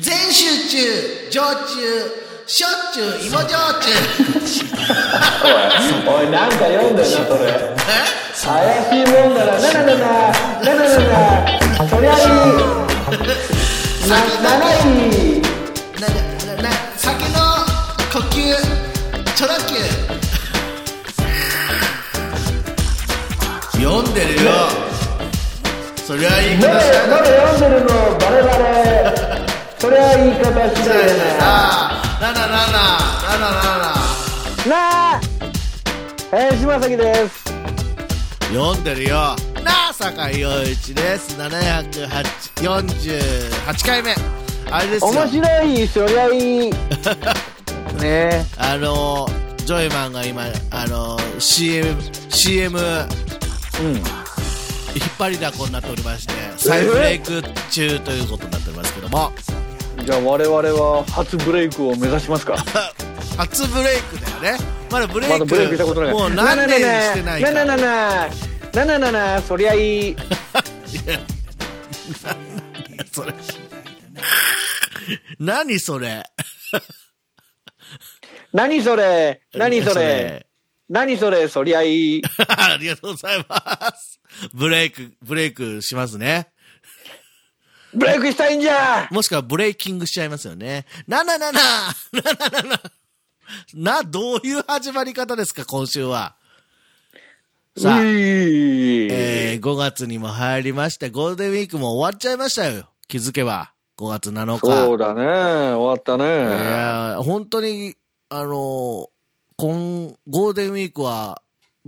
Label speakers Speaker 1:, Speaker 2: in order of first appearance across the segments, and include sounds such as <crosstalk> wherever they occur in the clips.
Speaker 1: 全集中常駐しょっちゅう芋焼酎
Speaker 2: おいなんか読んだよなそれ怪しいもんだなななななななななそりゃいいな長い
Speaker 1: ななな酒の呼吸チョロ Q 読んでるよそりゃいい
Speaker 2: ま
Speaker 1: こと
Speaker 2: だ
Speaker 1: しな
Speaker 2: まだ読んでるのバレバレそりゃいい方しない
Speaker 1: ああななななななな
Speaker 2: なな林正樹です
Speaker 1: 読んでるよなあ坂井陽一です748回目あれですよ
Speaker 2: 面白いそりゃいいね
Speaker 1: あのージョイマンが今あのー CM CM
Speaker 2: うん
Speaker 1: 引っ張りだこになっておりまして再ブレイク中ということになっておりますけども <laughs>
Speaker 2: じゃあ我々は初ブレイクを目指しますか
Speaker 1: 初ブレイクだよねまだブレイ
Speaker 2: ま
Speaker 1: ク
Speaker 2: だブレイクしたことない
Speaker 1: もう何年してないか
Speaker 2: ななななななななそりゃいい
Speaker 1: それ <laughs> 何それ
Speaker 2: 何それ何そ
Speaker 1: そ
Speaker 2: れ
Speaker 1: れ
Speaker 2: 何それそりゃいい
Speaker 1: <laughs> ありがとうございます。ブレイク、ブレイクしますね。
Speaker 2: ブレイクしたいんじゃ
Speaker 1: もしくはブレイキングしちゃいますよね。ななななななななな、どういう始まり方ですか、今週は。さあ
Speaker 2: うい
Speaker 1: えー、5月にも入りまして、ゴールデンウィークも終わっちゃいましたよ。気づけば。5月7日。
Speaker 2: そうだね終わった
Speaker 1: い
Speaker 2: ね
Speaker 1: やー本当に、あのー今、ゴールデンウィークは、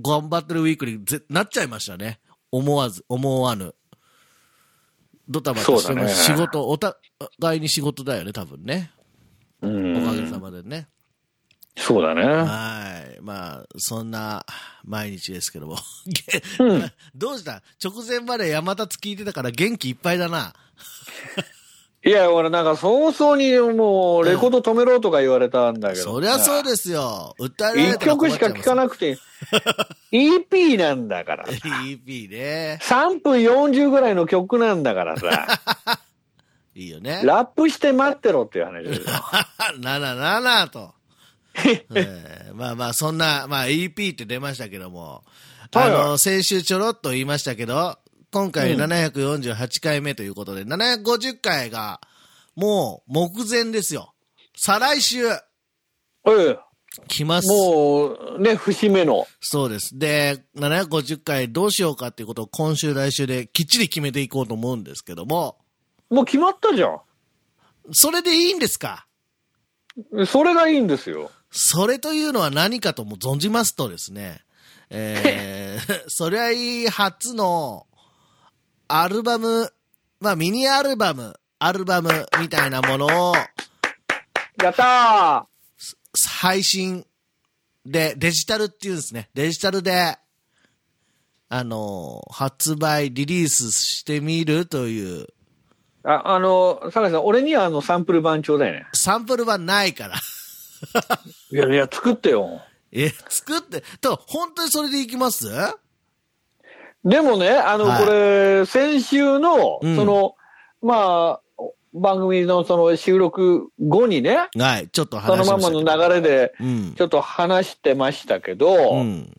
Speaker 1: 頑張ってるウィークにぜなっちゃいましたね。思わず、思わぬ。ドタバタしても
Speaker 2: そ
Speaker 1: 仕
Speaker 2: うだね
Speaker 1: 事、お互いに仕事だよね、多分ね。
Speaker 2: う
Speaker 1: おかげ
Speaker 2: ん
Speaker 1: さまでね。
Speaker 2: そうだね
Speaker 1: はい。まあ、そんな、毎日ですけども。げ
Speaker 2: うん
Speaker 1: <laughs> どうした直前まで山立聞いてたから元気いっぱいだな。
Speaker 2: いや俺なんか早々にもうレコード止めろとか言われたんだけど
Speaker 1: そりゃそうですよ。訴えられ
Speaker 2: 一
Speaker 1: たら困っ
Speaker 2: 曲し
Speaker 1: ちゃ
Speaker 2: か
Speaker 1: い
Speaker 2: 聴か
Speaker 1: <laughs>
Speaker 2: なくて EP なんだから
Speaker 1: ます。EP ね。
Speaker 2: 3分40ぐらいの曲なんだから
Speaker 1: <laughs>
Speaker 2: さ
Speaker 1: いいよね。
Speaker 2: ラップして待ってろっていう話ですよ
Speaker 1: <laughs> なななな
Speaker 2: <laughs>
Speaker 1: と、えーまあまあそんな、まあ、EP って出ましたけども、
Speaker 2: はいはい
Speaker 1: あの先週ちょろっと言いましたけど今回748回目ということで、750回がもう目前ですよ再来週
Speaker 2: うん
Speaker 1: 来ます
Speaker 2: もうね節目の
Speaker 1: そうですで750回どうしようかっていうことを今週来週できっちり決めていこうと思うんですけども
Speaker 2: もう決まったじゃ
Speaker 1: それでいいんですか
Speaker 2: んそれがいいんですよ
Speaker 1: それというのは何かとも存じますとですね、え
Speaker 2: <laughs>
Speaker 1: ー、そりゃいい初のアルバム、まあミニアルバム、アルバムみたいなものを
Speaker 2: やった
Speaker 1: 配信で、デジタルっていうんですね。デジタルで、あの、発売、リリースしてみるという、
Speaker 2: ーああの酒井さん俺にはあのサンプル版ちょうだいね
Speaker 1: サンプルはないから。 <laughs>
Speaker 2: いやいや作ってよ
Speaker 1: え、作って、と、本当にそれでいきます
Speaker 2: でもねあの
Speaker 1: はい
Speaker 2: これ、先週の
Speaker 1: うん
Speaker 2: その、まあ番組のその収録後にね
Speaker 1: はい、ちょっと話
Speaker 2: その
Speaker 1: し
Speaker 2: ま
Speaker 1: ま
Speaker 2: ん
Speaker 1: した
Speaker 2: ま
Speaker 1: けど。
Speaker 2: の流れで
Speaker 1: うん
Speaker 2: ち。ょっと話してましたけど、
Speaker 1: うん。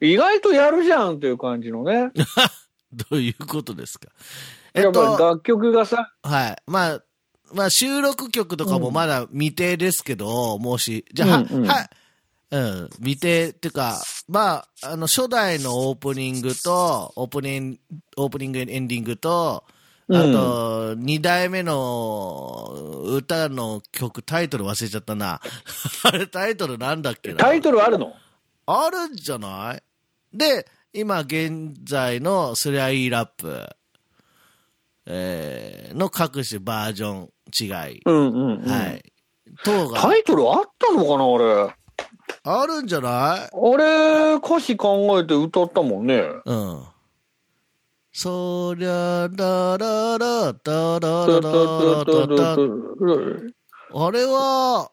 Speaker 2: 意外とやるじゃんっていう感じのね。
Speaker 1: <laughs> どういうことですか。
Speaker 2: い
Speaker 1: え
Speaker 2: や
Speaker 1: っ
Speaker 2: っぱ
Speaker 1: と、
Speaker 2: 楽曲がさ、
Speaker 1: はい。まあ、まあ、収録曲とかもまだ未定ですけど、もし、じゃあ、は、
Speaker 2: うんうん
Speaker 1: は、うん、未定っていうか、まあ、あの、初代のオープニングと、オープニング、オープニングエンディングと、あと、二代目の歌の曲、タイトル忘れちゃったな。 <laughs> あれ、タイトルなんだっけな
Speaker 2: タイトルあるの
Speaker 1: あるんじゃないで、今現在のスりゃいいラップ、えーの各種バージョン違い、
Speaker 2: うんうん、うん
Speaker 1: はい。等が
Speaker 2: タイトルあったのかな俺。
Speaker 1: あるんじゃない
Speaker 2: 俺、歌詞考えて歌ったもんね。
Speaker 1: うん。そりゃ、だらら、だららららら、あれは、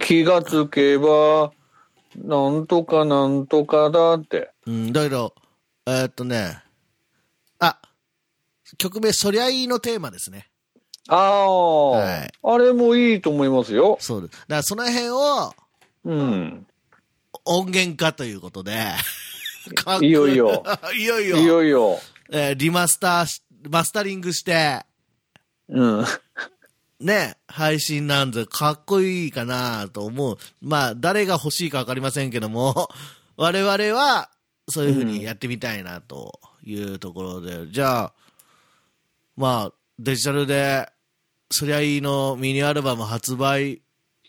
Speaker 2: 気がつけば、なんとかなんとかだって。
Speaker 1: うん、だけど、えーっとね、あ、曲名、そりゃいいのテーマですね。
Speaker 2: ああ、
Speaker 1: はい
Speaker 2: あれもいいと思いますよ。
Speaker 1: そうです。だからその辺を
Speaker 2: うん。
Speaker 1: 音源化ということで、かっこ
Speaker 2: いよいよ。
Speaker 1: <laughs> いよい
Speaker 2: い
Speaker 1: よ。
Speaker 2: よいよ。
Speaker 1: えーリマスターし、マスタリングして、
Speaker 2: うん。
Speaker 1: ね、配信なんでかっこいいかなと思う。まあ、誰が欲しいかわかりませんけども、 <laughs> 我々は、そういうふうにやってみたいなというところで、じゃあ、まあ、デジタルで、そりゃいいのミニアルバム発売、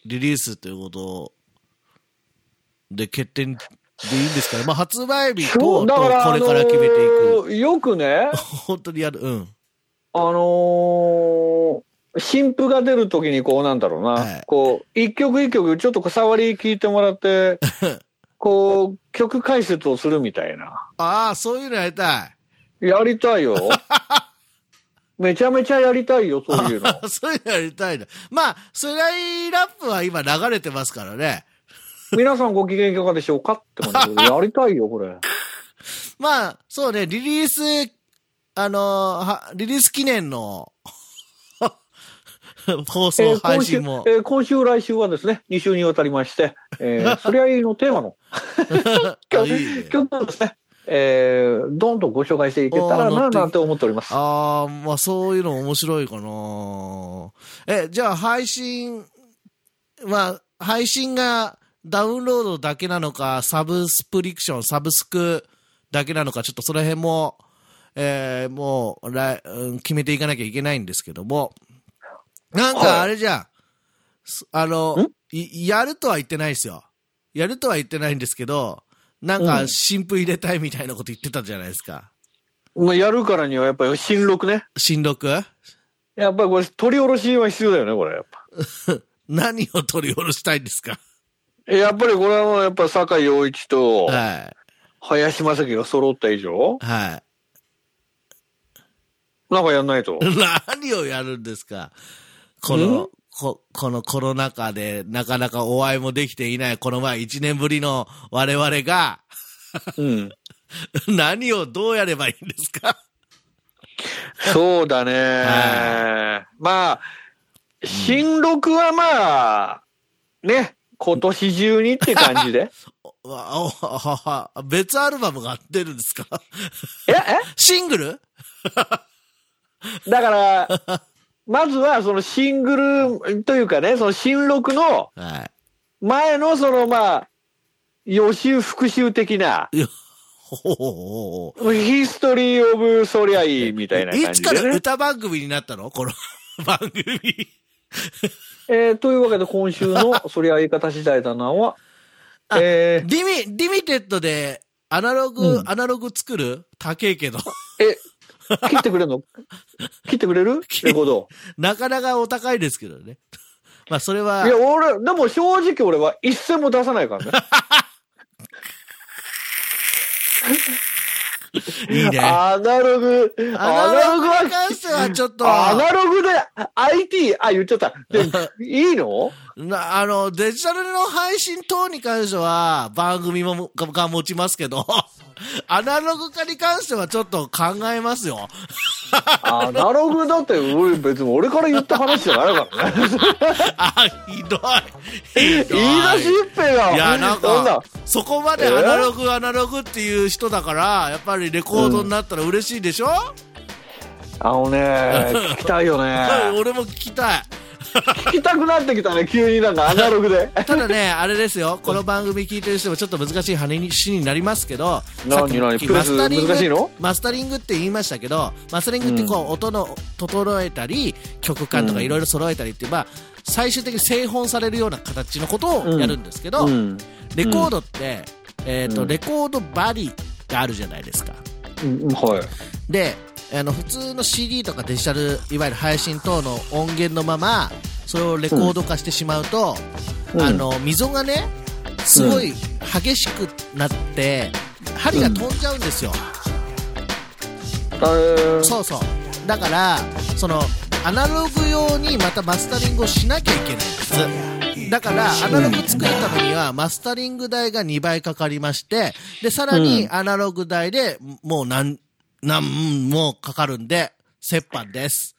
Speaker 1: リリースということで、決定でいいんですかね。まあ、発売日と、とこ
Speaker 2: だから、
Speaker 1: れから決めていく。
Speaker 2: あのーよくね、
Speaker 1: <laughs> 本当にやる。うん。
Speaker 2: あのー新譜が出るときにこうなんだろうな、
Speaker 1: はい
Speaker 2: こう、一曲一曲ちょっと触り聞いてもら
Speaker 1: <laughs>
Speaker 2: って、こう、曲解説をするみたいな。
Speaker 1: ああ、そういうのやりたい。
Speaker 2: やりた <laughs> いよ。めちゃめちゃやりたいよ、そういう <laughs>
Speaker 1: <laughs>
Speaker 2: の。
Speaker 1: そういうのやりたいな。まあ、スライラップは今流れてますからね。
Speaker 2: 皆さんご機嫌いかがでしょうかって感じで、やりたいよ、こ <laughs> れ。
Speaker 1: まあ、そうね、リリース、あのーは、リリース記念の、 <laughs> 放
Speaker 2: え
Speaker 1: 送
Speaker 2: ー今
Speaker 1: 配
Speaker 2: 週、え
Speaker 1: 信も。
Speaker 2: ー今週、来週はですね、2週にわたりまして、え <laughs> ーそりゃいいのテーマの
Speaker 1: あ
Speaker 2: 今
Speaker 1: い
Speaker 2: 日
Speaker 1: いね
Speaker 2: 曲をですね、えーどんどんご紹介していけたら
Speaker 1: おー乗
Speaker 2: な、
Speaker 1: って
Speaker 2: なんて思っております。
Speaker 1: ああ、まあそういうの面白いかな。え、じゃあ配信、まあ、配信がダウンロードだけなのか、サブスプリクション、サブスクだけなのか、ちょっとその辺も、えーもう来、うん決めていかなきゃいけないんですけども。なん
Speaker 2: はい
Speaker 1: かあれじゃん。すあの
Speaker 2: ん、
Speaker 1: いやるとは言ってないですよ。やるとは言ってないんですけど、なんか
Speaker 2: うん
Speaker 1: 新譜入れたいみたいなこと言ってたじゃないですか。
Speaker 2: まあ、やるからにはやっぱり新録ね。
Speaker 1: 新録
Speaker 2: やっぱりこれ、取り下ろしは必要だよね、これ。やっぱ
Speaker 1: 何を取り下ろしたいんですか
Speaker 2: えやっぱりこれはもうやっぱ坂井陽一と
Speaker 1: は
Speaker 2: 林正樹が揃った以上
Speaker 1: い。、は
Speaker 2: なんかやんないと <laughs>
Speaker 1: い。。何をやるんですかこ
Speaker 2: ん
Speaker 1: の、こ、このコロナ禍でなかなかお会いもできていない、この前1年ぶりの我々が、
Speaker 2: うん。
Speaker 1: 何をどうやればいいんですか
Speaker 2: そうだね、
Speaker 1: は
Speaker 2: まあ、新録はまあ、ね、今年中にって感
Speaker 1: <laughs>
Speaker 2: じで。
Speaker 1: おおはは別アルバムが出るんですか
Speaker 2: え
Speaker 1: シングル
Speaker 2: えだから、まずはそのシングルというかね、その新録の
Speaker 1: は
Speaker 2: 前のそのまあ、予習復習的な、
Speaker 1: い。いやほほほほほ
Speaker 2: ヒストリー・オブ・ソリアイみたいな感
Speaker 1: いつ
Speaker 2: じ
Speaker 1: から
Speaker 2: でね。
Speaker 1: 歌番組になったのこの番組。
Speaker 2: えーというわけで今週のソリアイ方次第だなは、え
Speaker 1: リミ、リミテッドで、アナログ、
Speaker 2: うん
Speaker 1: アナログ作る高いけど。
Speaker 2: ーえ、切ってくれるの切ってくれるレコード。、
Speaker 1: なかなかお高いですけどね。 <laughs> まあ、それはい
Speaker 2: や、俺、でも正直俺は一銭も出さないからね。
Speaker 1: いいね。
Speaker 2: アナログ、アナログ
Speaker 1: に関してはちょっと、
Speaker 2: は、アナログで IT、あ、言っちゃった。
Speaker 1: <laughs>
Speaker 2: でいいの
Speaker 1: なあの、デジタルの配信等に関しては、番組もがが持ちますけど、 <laughs> アナログ化に関してはちょっと考えますよ。 <laughs>
Speaker 2: アナログだって、俺別に俺から言った話じゃないからね。
Speaker 1: <laughs> あ、ひどい。ひどい。
Speaker 2: 言い出しっぺが。
Speaker 1: いや、なん
Speaker 2: そんな
Speaker 1: か、そこまでアナログ、アナログっていう人だから、やっぱりレコードになったら嬉しいでしょ、
Speaker 2: あのね、聞きたいよ
Speaker 1: <laughs> はい
Speaker 2: ね。
Speaker 1: 俺も聞きたい。
Speaker 2: 聞きたくなってきたね、急になんかアナログ
Speaker 1: <laughs>
Speaker 2: で。
Speaker 1: ただね、あれですよ、この番組聞いてる人もちょっと難しい話になりますけど、
Speaker 2: 何
Speaker 1: さっき
Speaker 2: 何プレ
Speaker 1: マ
Speaker 2: ス
Speaker 1: スタリング
Speaker 2: 難しいの
Speaker 1: マスタリングって言いましたけど、マスタリングってこう、音の整えたり、曲感とかいろいろ揃えたりっていう、まあ、最終的に製本されるような形のことをやるんですけど、
Speaker 2: うん。
Speaker 1: レコードって、えっ、と、
Speaker 2: うん
Speaker 1: レコードバリがあるじゃないですか。
Speaker 2: うんはい。
Speaker 1: であの普通の CD とかデジタルいわゆる配信等の音源のままそれをレコード化してしまうと、
Speaker 2: うん
Speaker 1: あの溝がねすごい激しくなって、針が飛んじゃうんですよ、
Speaker 2: えー
Speaker 1: そうそうだからそのアナログ用にまたマスタリングをしなきゃいけないんですだからアナログ作るためにはマスタリング代が2倍かかりましてでさらにアナログ代でもう何何もうかかるんで折半です